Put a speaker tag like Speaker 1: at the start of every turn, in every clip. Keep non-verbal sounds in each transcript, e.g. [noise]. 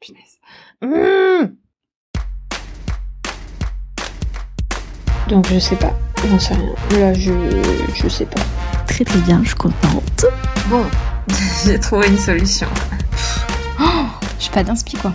Speaker 1: Punaise. Mmh. Donc je sais pas, j'en sais rien. Là je je sais pas.
Speaker 2: Très très bien, je suis contente.
Speaker 3: Bon, j'ai trouvé une solution.
Speaker 2: Oh, j'ai pas d'inspi quoi.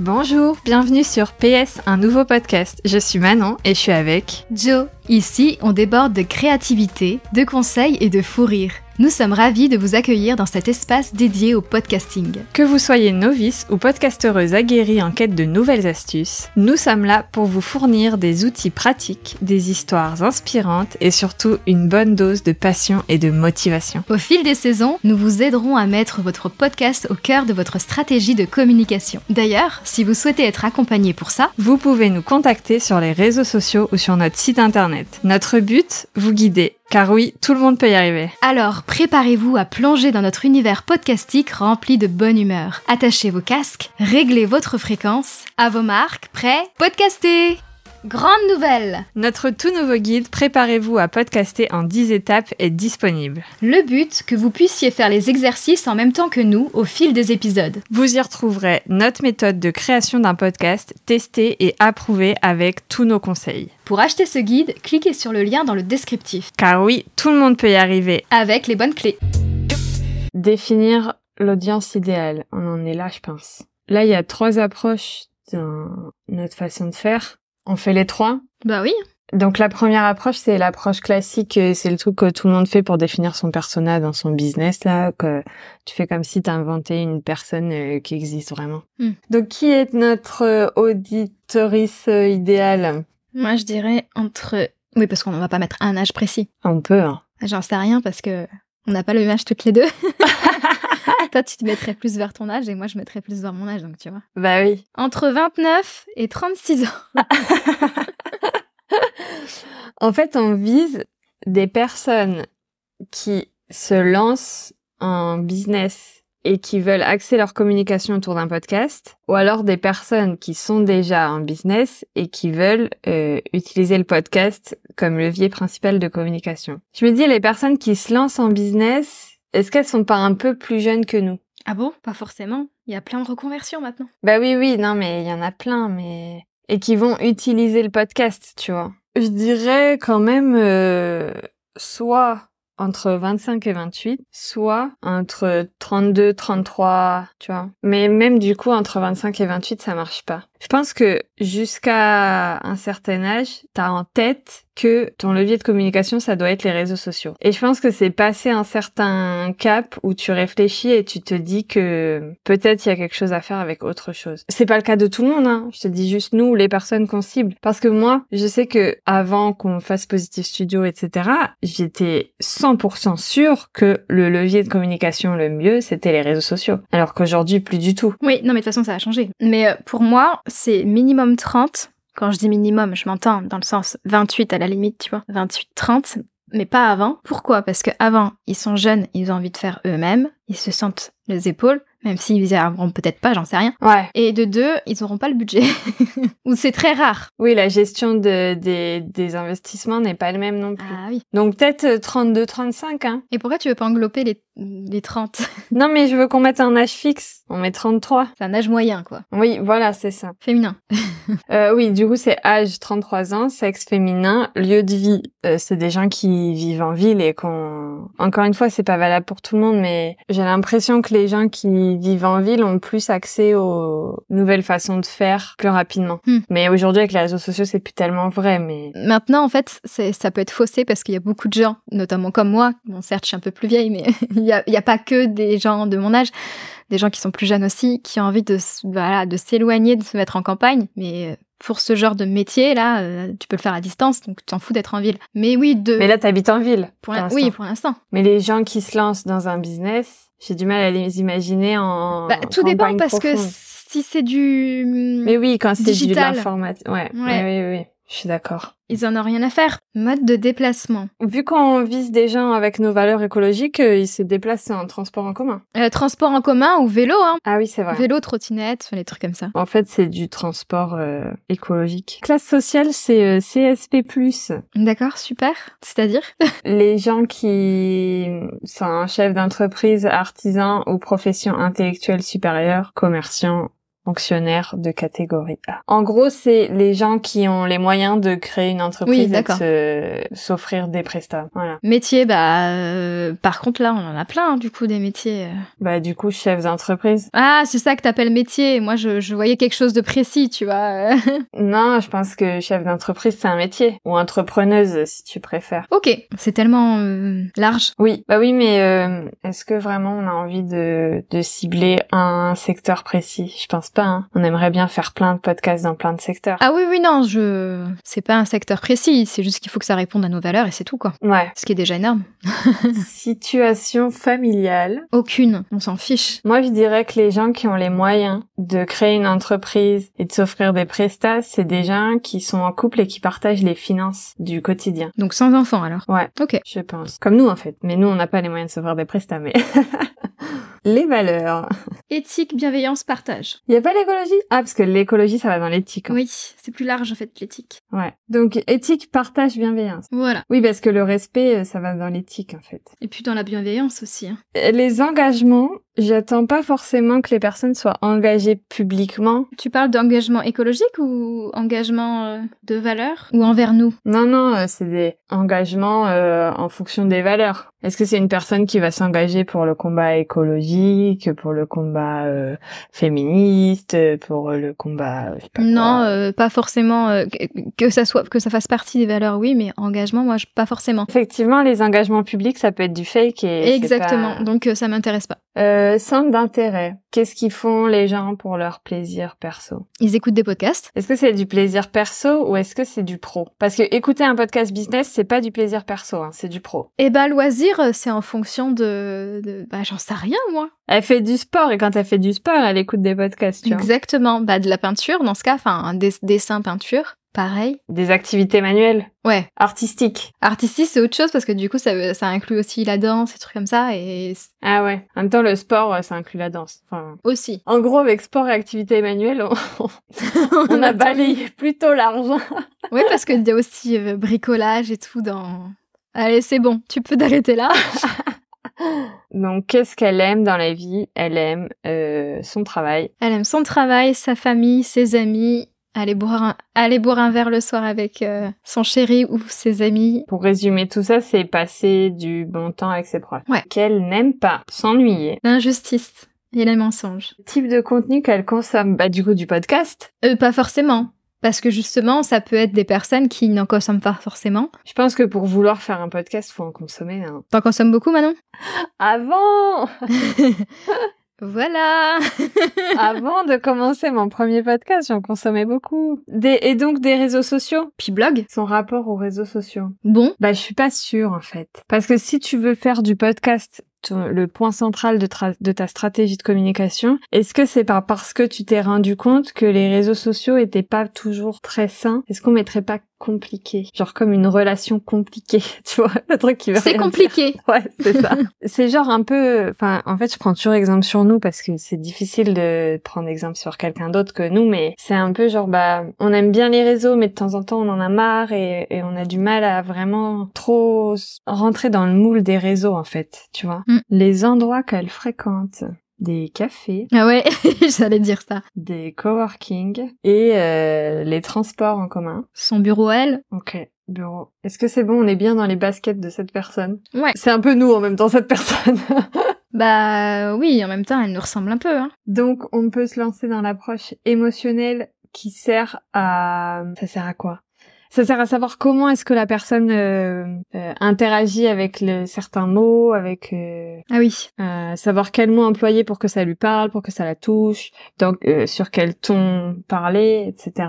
Speaker 4: Bonjour, bienvenue sur PS, un nouveau podcast. Je suis Manon et je suis avec
Speaker 5: Joe. Ici, on déborde de créativité, de conseils et de fou rire. Nous sommes ravis de vous accueillir dans cet espace dédié au podcasting.
Speaker 4: Que vous soyez novice ou podcastereuse aguerrie en quête de nouvelles astuces, nous sommes là pour vous fournir des outils pratiques, des histoires inspirantes et surtout une bonne dose de passion et de motivation.
Speaker 5: Au fil des saisons, nous vous aiderons à mettre votre podcast au cœur de votre stratégie de communication. D'ailleurs, si vous souhaitez être accompagné pour ça,
Speaker 4: vous pouvez nous contacter sur les réseaux sociaux ou sur notre site internet. Notre but, vous guider car oui, tout le monde peut y arriver.
Speaker 5: Alors, préparez-vous à plonger dans notre univers podcastique rempli de bonne humeur. Attachez vos casques, réglez votre fréquence, à vos marques, prêts, podcastez Grande nouvelle
Speaker 4: Notre tout nouveau guide Préparez-vous à podcaster en 10 étapes est disponible.
Speaker 5: Le but, que vous puissiez faire les exercices en même temps que nous au fil des épisodes.
Speaker 4: Vous y retrouverez notre méthode de création d'un podcast testée et approuvée avec tous nos conseils.
Speaker 5: Pour acheter ce guide, cliquez sur le lien dans le descriptif.
Speaker 4: Car oui, tout le monde peut y arriver.
Speaker 5: Avec les bonnes clés.
Speaker 1: Définir l'audience idéale, on en est là je pense. Là il y a trois approches dans notre façon de faire. On fait les trois
Speaker 5: Bah oui.
Speaker 1: Donc la première approche, c'est l'approche classique, c'est le truc que tout le monde fait pour définir son persona dans son business là, que tu fais comme si tu inventé une personne euh, qui existe vraiment. Mm. Donc qui est notre auditorice idéale
Speaker 2: Moi, je dirais entre oui parce qu'on ne va pas mettre un âge précis.
Speaker 1: On peut. Hein.
Speaker 2: J'en sais rien parce que on n'a pas le même âge toutes
Speaker 5: [laughs]
Speaker 2: les deux. Toi, tu te mettrais plus vers ton âge et moi, je mettrais plus vers mon âge, donc tu vois.
Speaker 1: Bah oui.
Speaker 2: Entre 29 et 36 ans.
Speaker 1: en fait, on vise des personnes qui se lancent en business et qui veulent axer leur communication autour d'un podcast, ou alors des personnes qui sont déjà en business et qui veulent euh, utiliser le podcast comme levier principal de communication. Je me dis, les personnes qui se lancent en business, est-ce qu'elles sont pas un peu plus jeunes que nous
Speaker 2: Ah bon Pas forcément. Il y a plein de reconversions maintenant.
Speaker 1: Bah oui, oui, non, mais il y en a plein, mais... Et qui vont utiliser le podcast, tu vois. Je dirais quand même euh, soit entre 25 et 28, soit entre 32, 33, tu vois. Mais même du coup, entre 25 et 28, ça marche pas. Je pense que jusqu'à un certain âge, t'as en tête que ton levier de communication, ça doit être les réseaux sociaux. Et je pense que c'est passé un certain cap où tu réfléchis et tu te dis que peut-être il y a quelque chose à faire avec autre chose. C'est pas le cas de tout le monde, hein. Je te dis juste nous, les personnes qu'on cible. Parce que moi, je sais que avant qu'on fasse Positive Studio, etc., j'étais 100% sûre que le levier de communication le mieux, c'était les réseaux sociaux. Alors qu'aujourd'hui, plus du tout.
Speaker 2: Oui, non, mais de toute façon, ça a changé. Mais euh, pour moi, c'est minimum 30. Quand je dis minimum, je m'entends dans le sens 28 à la limite, tu vois. 28, 30, mais pas avant. Pourquoi Parce que avant, ils sont jeunes, ils ont envie de faire eux-mêmes, ils se sentent les épaules, même s'ils y arriveront peut-être pas, j'en sais rien.
Speaker 1: Ouais.
Speaker 2: Et de deux, ils n'auront pas le budget. [laughs] Ou c'est très rare.
Speaker 1: Oui, la gestion de, des, des investissements n'est pas le même non plus.
Speaker 2: Ah oui.
Speaker 1: Donc peut-être 32, 35. Hein.
Speaker 2: Et pourquoi tu veux pas englober les, les 30
Speaker 1: Non, mais je veux qu'on mette un âge fixe. On met 33.
Speaker 2: C'est un âge moyen, quoi.
Speaker 1: Oui, voilà, c'est ça.
Speaker 2: Féminin.
Speaker 1: euh, oui, du coup, c'est âge 33 ans, sexe féminin, lieu de vie. Euh, c'est des gens qui vivent en ville et qu'on... Encore une fois, c'est pas valable pour tout le monde, mais j'ai l'impression que les gens qui vivent en ville ont plus accès aux nouvelles façons de faire plus rapidement. Hmm. Mais aujourd'hui, avec les réseaux sociaux, c'est plus tellement vrai. Mais
Speaker 2: maintenant, en fait, ça peut être faussé parce qu'il y a beaucoup de gens, notamment comme moi. Bon, certes, je suis un peu plus vieille, mais [laughs] il n'y a, a, pas que des gens de mon âge, des gens qui sont plus jeunes aussi, qui ont envie de, voilà, de s'éloigner, de se mettre en campagne. Mais euh, pour ce genre de métier là, euh, tu peux le faire à distance, donc tu t'en fous d'être en ville. Mais oui, de.
Speaker 1: Mais là, t'habites en ville.
Speaker 2: Pour l'instant. Oui, pour l'instant.
Speaker 1: Mais les gens qui se lancent dans un business, j'ai du mal à les imaginer en.
Speaker 2: Bah, tout dépend parce profonde. que si c'est du. hmm,
Speaker 1: Mais oui, quand c'est du l'informatique. Ouais. Ouais. ouais. Oui, oui, oui. Je suis d'accord.
Speaker 2: Ils en ont rien à faire. Mode de déplacement.
Speaker 1: Vu qu'on vise des gens avec nos valeurs écologiques, euh, ils se déplacent en transport en commun.
Speaker 2: Euh, transport en commun ou vélo, hein.
Speaker 1: Ah oui, c'est vrai.
Speaker 2: Vélo, trottinette, enfin, les trucs comme ça.
Speaker 1: En fait, c'est du transport euh, écologique. Classe sociale, c'est euh, CSP+.
Speaker 2: D'accord, super. C'est-à-dire
Speaker 1: Les gens qui sont un chef d'entreprise, artisan ou profession intellectuelle supérieure, commerçant, fonctionnaire de catégorie A. En gros, c'est les gens qui ont les moyens de créer une
Speaker 2: Oui,
Speaker 1: entreprise et de
Speaker 2: d'accord.
Speaker 1: se- s'offrir des prestats. Voilà.
Speaker 2: Métier, bah, euh, par contre, là, on en a plein, hein, du coup, des métiers. euh.
Speaker 1: Bah du coup, chef d'entreprise.
Speaker 2: Ah, c'est ça que t'appelles métier. Moi, je, je voyais quelque chose de précis, tu vois. euh. [laughs]
Speaker 1: Non, je pense que chef d'entreprise, c'est un métier ou entrepreneuse si tu préfères.
Speaker 2: ok, c'est tellement euh, large.
Speaker 1: Oui, bah oui, mais euh, est-ce que vraiment on a envie de, de cibler un secteur précis Je pense pas. hein. On aimerait bien faire plein de podcasts dans plein de secteurs.
Speaker 2: Ah oui, oui, non, je. C'est pas un secteur précis, c'est juste qu'il faut que ça réponde à nos valeurs et c'est tout, quoi. [laughs]
Speaker 1: Ouais.
Speaker 2: Ce qui est déjà énorme.
Speaker 1: Situation familiale.
Speaker 2: Aucune, on s'en fiche.
Speaker 1: Moi, je dirais que les gens qui ont les moyens de créer une entreprise et de s'offrir des prestats, c'est des gens qui sont en couple et qui partagent les finances du quotidien.
Speaker 2: Donc sans enfant, alors.
Speaker 1: Ouais.
Speaker 2: Ok.
Speaker 1: Je pense. Comme nous, en fait. Mais nous, on n'a pas les moyens de s'offrir des prestats, mais... [laughs] les valeurs.
Speaker 2: Éthique, bienveillance, partage.
Speaker 1: Il y a pas l'écologie Ah, parce que l'écologie, ça va dans l'éthique. hein.
Speaker 2: Oui, c'est plus large, en fait, l'éthique.
Speaker 1: Ouais. Donc, éthique, partage, bienveillance.
Speaker 2: Voilà.
Speaker 1: Oui, parce que le respect, euh, ça va dans l'éthique, en fait.
Speaker 2: Et puis dans la bienveillance aussi. hein.
Speaker 1: Et Les engagements, j'attends pas forcément que les personnes soient engagées publiquement.
Speaker 2: Tu parles d'engagement écologique ou engagement euh, de valeur Ou envers nous
Speaker 1: Non, non, euh, c'est des engagements euh, en fonction des valeurs. Est-ce que c'est une personne qui va s'engager pour le combat écologique, pour le combat euh, féministe, euh, pour le combat... euh, je sais pas
Speaker 2: Non,
Speaker 1: quoi.
Speaker 2: euh, pas forcément euh, que, que ça soit que ça fasse partie des valeurs, oui, mais engagement, moi, je- pas forcément.
Speaker 1: Effectivement, les engagements publics, ça peut être du fake et... c'est
Speaker 2: Exactement.
Speaker 1: pas-
Speaker 2: Donc euh, ça m'intéresse pas.
Speaker 1: Euh, centre d'intérêt. Qu'est-ce qu'ils font les gens pour leur plaisir perso
Speaker 2: Ils écoutent des podcasts.
Speaker 1: Est-ce que c'est du plaisir perso ou est-ce que c'est du pro Parce que écouter un podcast business, c'est pas du plaisir perso, hein, c'est du pro.
Speaker 2: Et bah loisir, euh, c'est en fonction de, de- bah j'en sais rien moi.
Speaker 1: Elle fait du sport et quand elle fait du sport, elle écoute des podcasts, tu vois.
Speaker 2: Exactement. Bah de la peinture dans ce cas, enfin un des- dessin peinture, pareil.
Speaker 1: Des activités manuelles,
Speaker 2: Ouais.
Speaker 1: artistiques.
Speaker 2: Artistique, c'est autre chose parce que du coup ça euh, ça inclut aussi la danse, et trucs comme ça et c-
Speaker 1: Ah ouais. En même temps, le sport, euh, ça inclut la danse. Enfin,
Speaker 2: aussi.
Speaker 1: en gros, avec sport et activités manuelles, on, [laughs] on a balayé plutôt l'argent.
Speaker 2: Oui, parce qu'il y a aussi euh, bricolage et tout dans. Allez, c'est bon, tu peux t'arrêter là.
Speaker 1: Donc, qu'est-ce qu'elle aime dans la vie Elle aime euh, son travail.
Speaker 2: Elle aime son travail, sa famille, ses amis. Aller boire un, aller boire un verre le soir avec euh, son chéri ou ses amis.
Speaker 1: Pour résumer tout ça, c'est passer du bon temps avec ses proches.
Speaker 2: Ouais.
Speaker 1: Qu'elle n'aime pas s'ennuyer.
Speaker 2: L'injustice et les mensonges.
Speaker 1: Le type de contenu qu'elle consomme, bah du coup du podcast.
Speaker 2: Euh, pas forcément. Parce que justement, ça peut être des personnes qui n'en consomment pas forcément.
Speaker 1: Je pense que pour vouloir faire un podcast, faut en consommer un.
Speaker 2: T'en consommes beaucoup, Manon
Speaker 1: Avant,
Speaker 2: Voilà
Speaker 1: [laughs]
Speaker 2: [laughs]
Speaker 1: avant de commencer mon premier podcast, j'en consommais beaucoup. Des, et donc des réseaux sociaux.
Speaker 2: Puis blog
Speaker 1: Son rapport aux réseaux sociaux.
Speaker 2: Bon.
Speaker 1: Bah, je suis pas sûre, en fait. Parce que si tu veux faire du podcast ton- le point central de, tra- de ta stratégie de communication, est-ce que c'est pas parce que tu t'es rendu compte que les réseaux sociaux étaient pas toujours très sains Est-ce qu'on mettrait pas compliqué Genre comme une relation compliquée, [laughs] tu vois, le truc qui veut
Speaker 2: C'est
Speaker 1: rien
Speaker 2: compliqué.
Speaker 1: dire. [laughs] Ouais, c'est ça. c'est genre un peu, enfin, en fait, je prends toujours exemple sur nous parce que c'est difficile de prendre exemple sur quelqu'un d'autre que nous, mais c'est un peu genre, bah, on aime bien les réseaux, mais de temps en temps, on en a marre et, et on a du mal à vraiment trop s- rentrer dans le moule des réseaux, en fait, tu vois.
Speaker 2: Mm.
Speaker 1: Les endroits qu'elle fréquente, des cafés,
Speaker 2: Ah ouais, [laughs] j'allais dire ça.
Speaker 1: des coworking et euh, les transports en commun.
Speaker 2: Son bureau, à elle
Speaker 1: Ok, bureau. Est-ce que c'est bon, on est bien dans les baskets de cette personne
Speaker 2: Ouais.
Speaker 1: C'est un peu nous en même temps, cette personne. [laughs]
Speaker 2: Bah oui, en même temps, elle nous ressemble un peu. Hein.
Speaker 1: Donc, on peut se lancer dans l'approche émotionnelle qui sert à... Ça sert à quoi Ça sert à savoir comment est-ce que la personne euh, euh, interagit avec le, certains mots, avec euh,
Speaker 2: Ah oui.
Speaker 1: euh, savoir quel mot employer pour que ça lui parle, pour que ça la touche, donc euh, sur quel ton parler, etc.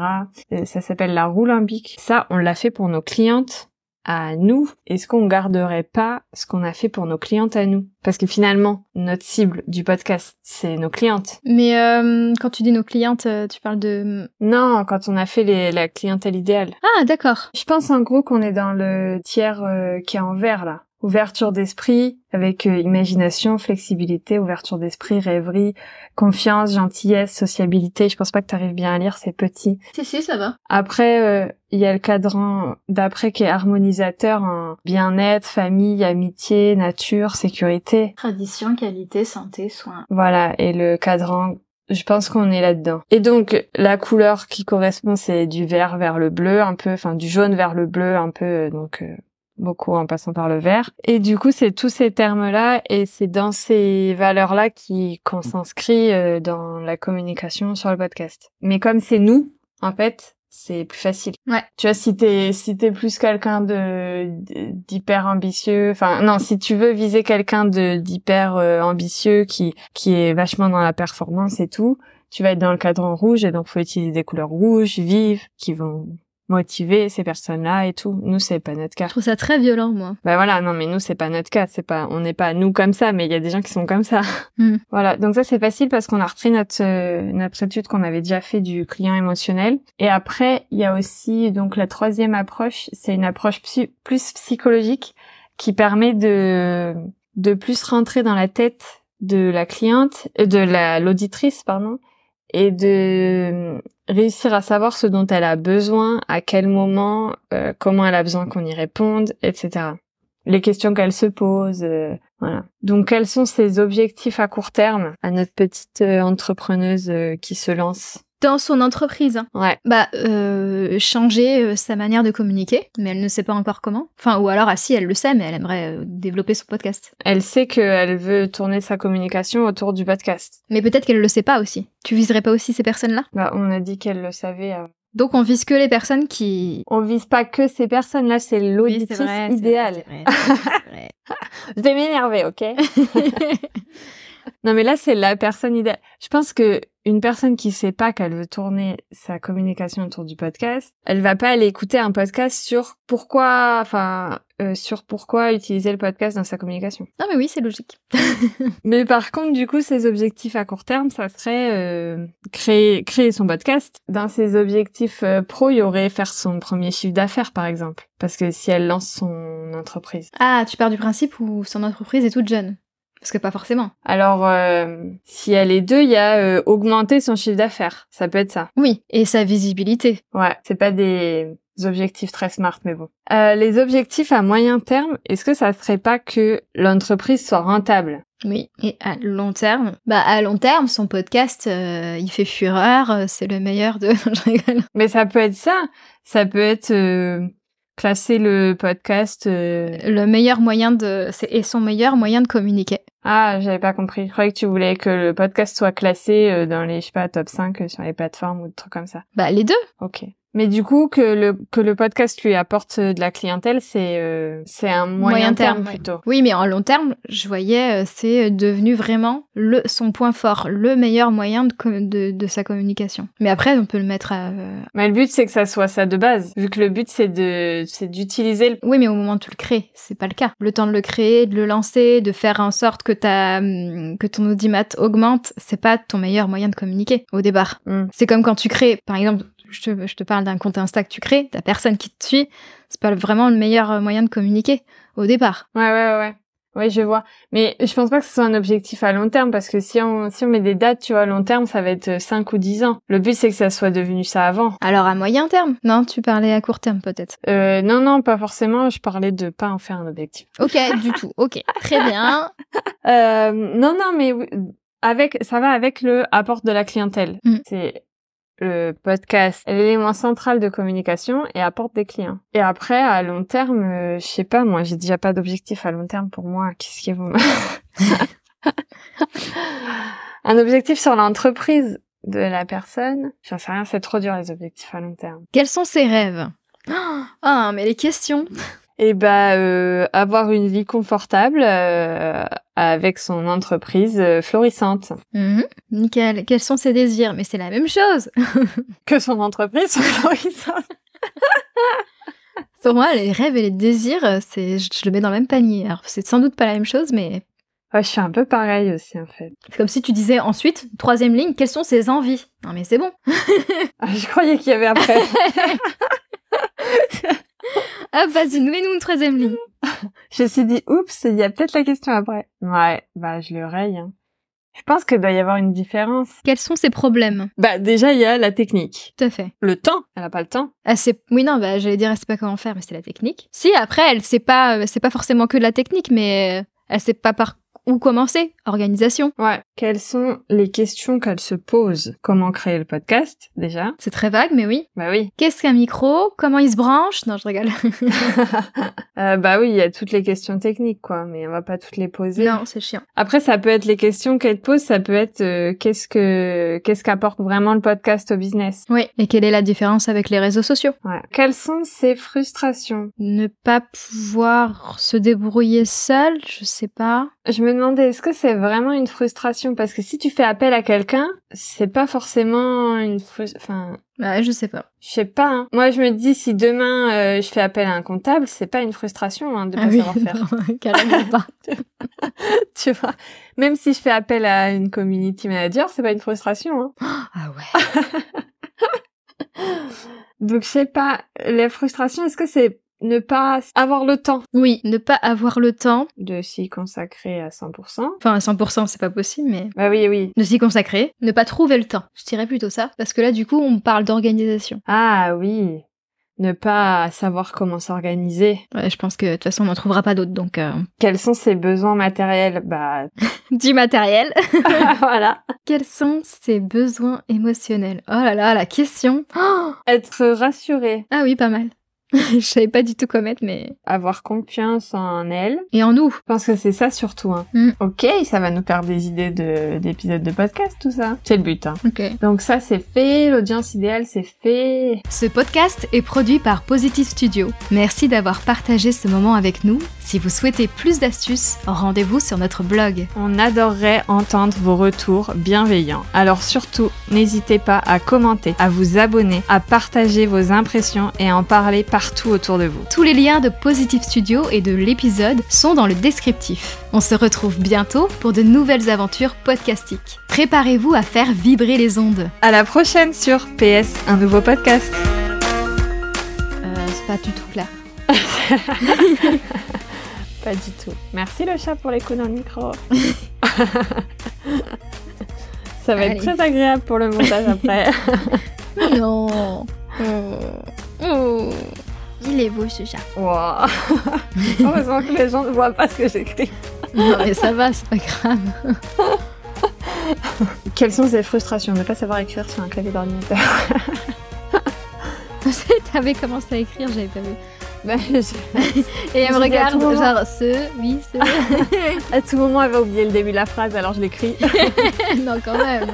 Speaker 1: Euh, ça s'appelle la roue limbique. Ça, on l'a fait pour nos clientes à nous, est-ce qu'on garderait pas ce qu'on a fait pour nos clientes à nous Parce que finalement, notre cible du podcast, c'est nos clientes.
Speaker 2: Mais euh, quand tu dis nos clientes, euh, tu parles de...
Speaker 1: Non, quand on a fait les- la clientèle idéale.
Speaker 2: Ah, d'accord.
Speaker 1: Je pense en gros qu'on est dans le tiers euh, qui est en vert là. Ouverture d'esprit avec euh, imagination, flexibilité, ouverture d'esprit, rêverie, confiance, gentillesse, sociabilité. Je pense pas que t'arrives bien à lire, c'est petit.
Speaker 5: Si, si, ça va.
Speaker 1: Après, euh, il y a le cadran d'après qui est harmonisateur en bien-être, famille, amitié, nature, sécurité.
Speaker 5: Tradition, qualité, santé, soins.
Speaker 1: Voilà, et le cadran, je pense qu'on est là-dedans. Et donc, la couleur qui correspond, c'est du vert vers le bleu, un peu, enfin du jaune vers le bleu, un peu, euh, donc euh, beaucoup en passant par le vert. Et du coup, c'est tous ces termes-là, et c'est dans ces valeurs-là qui- qu'on s'inscrit euh, dans la communication sur le podcast. Mais comme c'est nous, en fait, c'est plus facile.
Speaker 2: Ouais.
Speaker 1: Tu vois, si t'es si t'es plus quelqu'un de d'hyper ambitieux, enfin non, si tu veux viser quelqu'un de d'hyper euh, ambitieux qui qui est vachement dans la performance et tout, tu vas être dans le cadran rouge et donc faut utiliser des couleurs rouges vives qui vont motiver ces personnes-là et tout. Nous, c'est pas notre cas.
Speaker 2: Je trouve ça très violent, moi.
Speaker 1: Bah voilà, non mais nous c'est pas notre cas, c'est pas on n'est pas nous comme ça, mais il y a des gens qui sont comme ça.
Speaker 2: Mm.
Speaker 1: [laughs] Voilà, donc ça c'est facile parce qu'on a repris notre euh, notre étude qu'on avait déjà fait du client émotionnel et après il y a aussi donc la troisième approche, c'est une approche psy- plus psychologique qui permet de de plus rentrer dans la tête de la cliente euh, de la l'auditrice pardon et de euh, réussir à savoir ce dont elle a besoin, à quel moment, euh, comment elle a besoin qu'on y réponde, etc les questions qu'elle se pose. euh, voilà. Donc, quels sont ses objectifs à court terme à notre petite euh, entrepreneuse euh, qui se lance
Speaker 2: Dans son entreprise, hein.
Speaker 1: Ouais.
Speaker 2: bah, euh, changer euh, sa manière de communiquer, mais elle ne sait pas encore comment. Enfin, ou alors, ah si, elle le sait, mais elle aimerait euh, développer son podcast.
Speaker 1: Elle sait qu'elle veut tourner sa communication autour du podcast.
Speaker 2: Mais peut-être qu'elle le sait pas aussi. Tu viserais pas aussi ces personnes-là
Speaker 1: Bah, on a dit qu'elle le savait. avant.
Speaker 2: Donc, on vise que les personnes qui...
Speaker 1: On vise pas que ces personnes-là, c'est l'auditrice idéale.
Speaker 2: [laughs]
Speaker 1: Je vais m'énerver, ok [laughs] Non, mais là, c'est la personne idéale. Je pense que une personne qui sait pas qu'elle veut tourner sa communication autour du podcast, elle va pas aller écouter un podcast sur pourquoi, enfin, euh, sur pourquoi utiliser le podcast dans sa communication.
Speaker 2: non, mais oui, c'est logique.
Speaker 1: Mais par contre, du coup, ses objectifs à court terme, ça serait euh, créer créer son podcast. Dans ses objectifs euh, pro, il y aurait faire son premier chiffre d'affaires, par exemple, parce que si elle lance son entreprise.
Speaker 2: Ah, tu pars du principe où son entreprise est toute jeune. Parce que pas forcément.
Speaker 1: Alors, euh, si elle est deux, il y a euh, augmenter son chiffre d'affaires. Ça peut être ça.
Speaker 2: Oui, et sa visibilité.
Speaker 1: Ouais, c'est pas des objectifs très smart, mais bon. Euh, les objectifs à moyen terme, est-ce que ça serait pas que l'entreprise soit rentable
Speaker 2: Oui, et à long terme Bah, à long terme, son podcast, euh, il fait fureur, euh, c'est le meilleur de... [laughs] Je rigole.
Speaker 1: Mais ça peut être ça. Ça peut être euh, classer le podcast. euh,
Speaker 2: Le meilleur moyen de... c'est- Et son meilleur moyen de communiquer.
Speaker 1: Ah, j'avais pas compris. Je croyais que tu voulais que le podcast soit classé euh, dans les, je sais pas, top 5 euh, sur les plateformes ou des trucs comme ça.
Speaker 2: Bah, les deux
Speaker 1: Ok. Mais du coup, que le que le podcast lui apporte euh, de la clientèle, c'est euh, c'est un moyen,
Speaker 2: Moyen terme,
Speaker 1: terme,
Speaker 2: ouais.
Speaker 1: plutôt.
Speaker 2: Oui, mais en long terme, je voyais, euh, c'est devenu vraiment le, son point fort, le meilleur moyen de, com- de, de sa communication. Mais après, on peut le mettre à... euh,
Speaker 1: Mais le but c'est que ça soit ça de base. Vu que le but c'est de c'est d'utiliser le
Speaker 2: Oui, mais au moment où tu le crées, c'est pas le cas. Le temps de le créer, de le lancer, de faire en sorte que, ta, hum, que ton audimat augmente, c'est pas ton meilleur moyen de communiquer au départ.
Speaker 1: Mm.
Speaker 2: C'est comme quand tu crées, par exemple, je te, je te parle d'un compte Insta que tu crées, ta personne qui te suit, c'est pas vraiment le meilleur euh, moyen de communiquer au départ.
Speaker 1: Ouais, ouais, ouais. Ouais, je vois. Mais je pense pas que ce soit un objectif à long terme parce que si on, si on met des dates, tu vois, à long terme, ça va être 5 ou 10 ans. Le but, c'est que ça soit devenu ça avant.
Speaker 2: Alors à moyen terme Non, tu parlais à court terme peut-être.
Speaker 1: Euh, non, non, pas forcément. Je parlais de pas en faire un objectif.
Speaker 2: [laughs] Ok, du tout. Ok, très bien.
Speaker 1: Euh, non, non, mais oui, avec, ça va avec le apport de la clientèle.
Speaker 2: Mm.
Speaker 1: C'est le podcast, l'élément central de communication et apporte des clients. Et après, à long terme, euh, je sais pas, moi, j'ai déjà pas d'objectif à long terme pour moi. Qu'est-ce qui vous... [laughs] Un objectif sur l'entreprise de la personne. J'en sais rien, c'est trop dur les objectifs à long terme.
Speaker 2: Quels sont ses rêves [gasps] Ah, mais les questions
Speaker 1: Et bah, euh, avoir une vie confortable euh, avec son entreprise euh, florissante.
Speaker 2: Mhm. Nickel. Quels sont ses désirs Mais c'est la même chose
Speaker 1: [laughs] que son entreprise soit florissante.
Speaker 2: Pour moi, les rêves et les désirs, euh, c'est, je, je le mets dans le même panier. Alors, c'est sans doute pas la même chose, mais
Speaker 1: Ouais, je suis un peu pareil aussi, en fait.
Speaker 2: c'est comme si tu disais ensuite, troisième ligne, quelles sont ses envies Non, mais c'est bon.
Speaker 1: Ah, je croyais qu'il y avait [laughs] après.
Speaker 2: Ah, vas-y, mets-nous une troisième ligne.
Speaker 1: je me suis dit, oups, il y a peut-être la question après. Ouais, bah, je le raye. hein. Je pense que doit y avoir une différence.
Speaker 2: Quels sont ses problèmes
Speaker 1: Bah, déjà, il y a la technique.
Speaker 2: Tout à fait.
Speaker 1: Le temps. Elle a pas le temps.
Speaker 2: Ah, c'est... Oui, non, bah, j'allais dire, elle sait pas comment faire, mais c'est la technique. Si, après, elle sait pas, euh, c'est pas forcément que de la technique, mais euh, elle sait pas par où commencer. Organisation.
Speaker 1: Ouais. Quelles sont les questions qu'elle se pose Comment créer le podcast, déjà
Speaker 2: C'est très vague, mais oui.
Speaker 1: Bah oui.
Speaker 2: Qu'est-ce qu'un micro Comment il se branche Non, je rigole.
Speaker 1: [laughs] Euh, bah oui, il y a toutes les questions techniques, quoi, mais on va pas toutes les poser.
Speaker 2: non, c'est chiant.
Speaker 1: Après, ça peut être les questions qu'elle te pose, ça peut être euh, qu'est-ce que qu'est-ce qu'apporte vraiment le podcast au business.
Speaker 2: Oui. Et quelle est la différence avec les réseaux sociaux
Speaker 1: Ouais. Quelles sont ses frustrations
Speaker 2: Ne pas pouvoir se débrouiller seul, je sais pas.
Speaker 1: Je me demandais est-ce que c'est vraiment une frustration parce que si tu fais appel à quelqu'un, c'est pas forcément une frustration. Enfin,
Speaker 2: Ouais, je sais pas.
Speaker 1: je sais pas. hein. Moi, je me dis si demain euh, je fais appel à un comptable, c'est pas une frustration
Speaker 2: Ah
Speaker 1: hein, de pas savoir faire. [laughs]
Speaker 2: [laughs] carrément pas.
Speaker 1: tu vois. Même si je fais appel à une community manager, c'est pas une frustration. Hein.
Speaker 2: Ah ouais.
Speaker 1: Donc je sais pas, la frustration, est-ce que c'est ne pas avoir le temps
Speaker 2: Oui, ne pas avoir le temps.
Speaker 1: de s'y consacrer à 100%
Speaker 2: Enfin, à 100%, c'est pas possible, mais
Speaker 1: Bah oui, oui.
Speaker 2: de s'y consacrer, ne pas trouver le temps. Je dirais plutôt ça, parce que là, du coup, on parle d'organisation.
Speaker 1: Ah oui, ne pas savoir comment s'organiser.
Speaker 2: Ouais, je pense que de toute façon, on n'en trouvera pas d'autres, donc euh, [laughs]
Speaker 1: Quels sont ses besoins matériels Bah [laughs]
Speaker 2: du matériel.
Speaker 1: voilà.
Speaker 2: [laughs] Quels sont ses besoins émotionnels Oh là là, la question. Oh
Speaker 1: Être rassuré,
Speaker 2: ah oui, pas mal. [laughs] je savais pas du tout comment être, mais
Speaker 1: avoir confiance en elle.
Speaker 2: et en nous.
Speaker 1: Je pense que c'est ça surtout. Hein.
Speaker 2: Mm.
Speaker 1: Ok, ça va nous faire des idées de- d'épisodes de, podcast, tout ça. C'est le but. Hein.
Speaker 2: Ok.
Speaker 1: Donc ça, c'est fait. L'audience idéale, c'est fait.
Speaker 5: Ce podcast est produit par Positive Studio. Merci d'avoir partagé ce moment avec nous. Si vous souhaitez plus d'astuces, rendez-vous sur notre blog.
Speaker 4: On adorerait entendre vos retours bienveillants. Alors surtout, n'hésitez pas à commenter, à vous abonner, à partager vos impressions et à en parler partout autour de vous.
Speaker 5: Tous les liens de Positive Studio et de l'épisode sont dans le descriptif. On se retrouve bientôt pour de nouvelles aventures podcastiques. Préparez-vous à faire vibrer les ondes.
Speaker 4: À la prochaine sur PS, un nouveau podcast.
Speaker 2: Euh, c'est pas du tout clair.
Speaker 1: Pas du tout. Merci le chat pour les coups dans
Speaker 4: [laughs]
Speaker 1: le micro. ça va
Speaker 2: Allez.
Speaker 1: être très agréable pour le montage
Speaker 4: [laughs]
Speaker 1: après.
Speaker 2: [laughs] Non. Euh, oh. Il est beau ce chat.
Speaker 1: Wow. [laughs] Heureusement que les gens ne voient pas ce que j'écris.
Speaker 2: Non mais ça va, c'est
Speaker 5: [laughs]
Speaker 2: pas grave.
Speaker 1: Quelles sont ces frustrations Ne pas savoir écrire sur un clavier d'ordinateur.
Speaker 2: T'avais commencé à écrire, j'avais pas vu.
Speaker 1: [laughs] Bah, je-
Speaker 2: Et elle
Speaker 1: Je l'ai
Speaker 2: me
Speaker 1: à
Speaker 2: regarde,
Speaker 1: tout moment.
Speaker 2: genre ce, oui, ce.
Speaker 1: [laughs] à tout moment, elle avait oublié le début de la phrase, alors je l'écris.
Speaker 2: non quand même.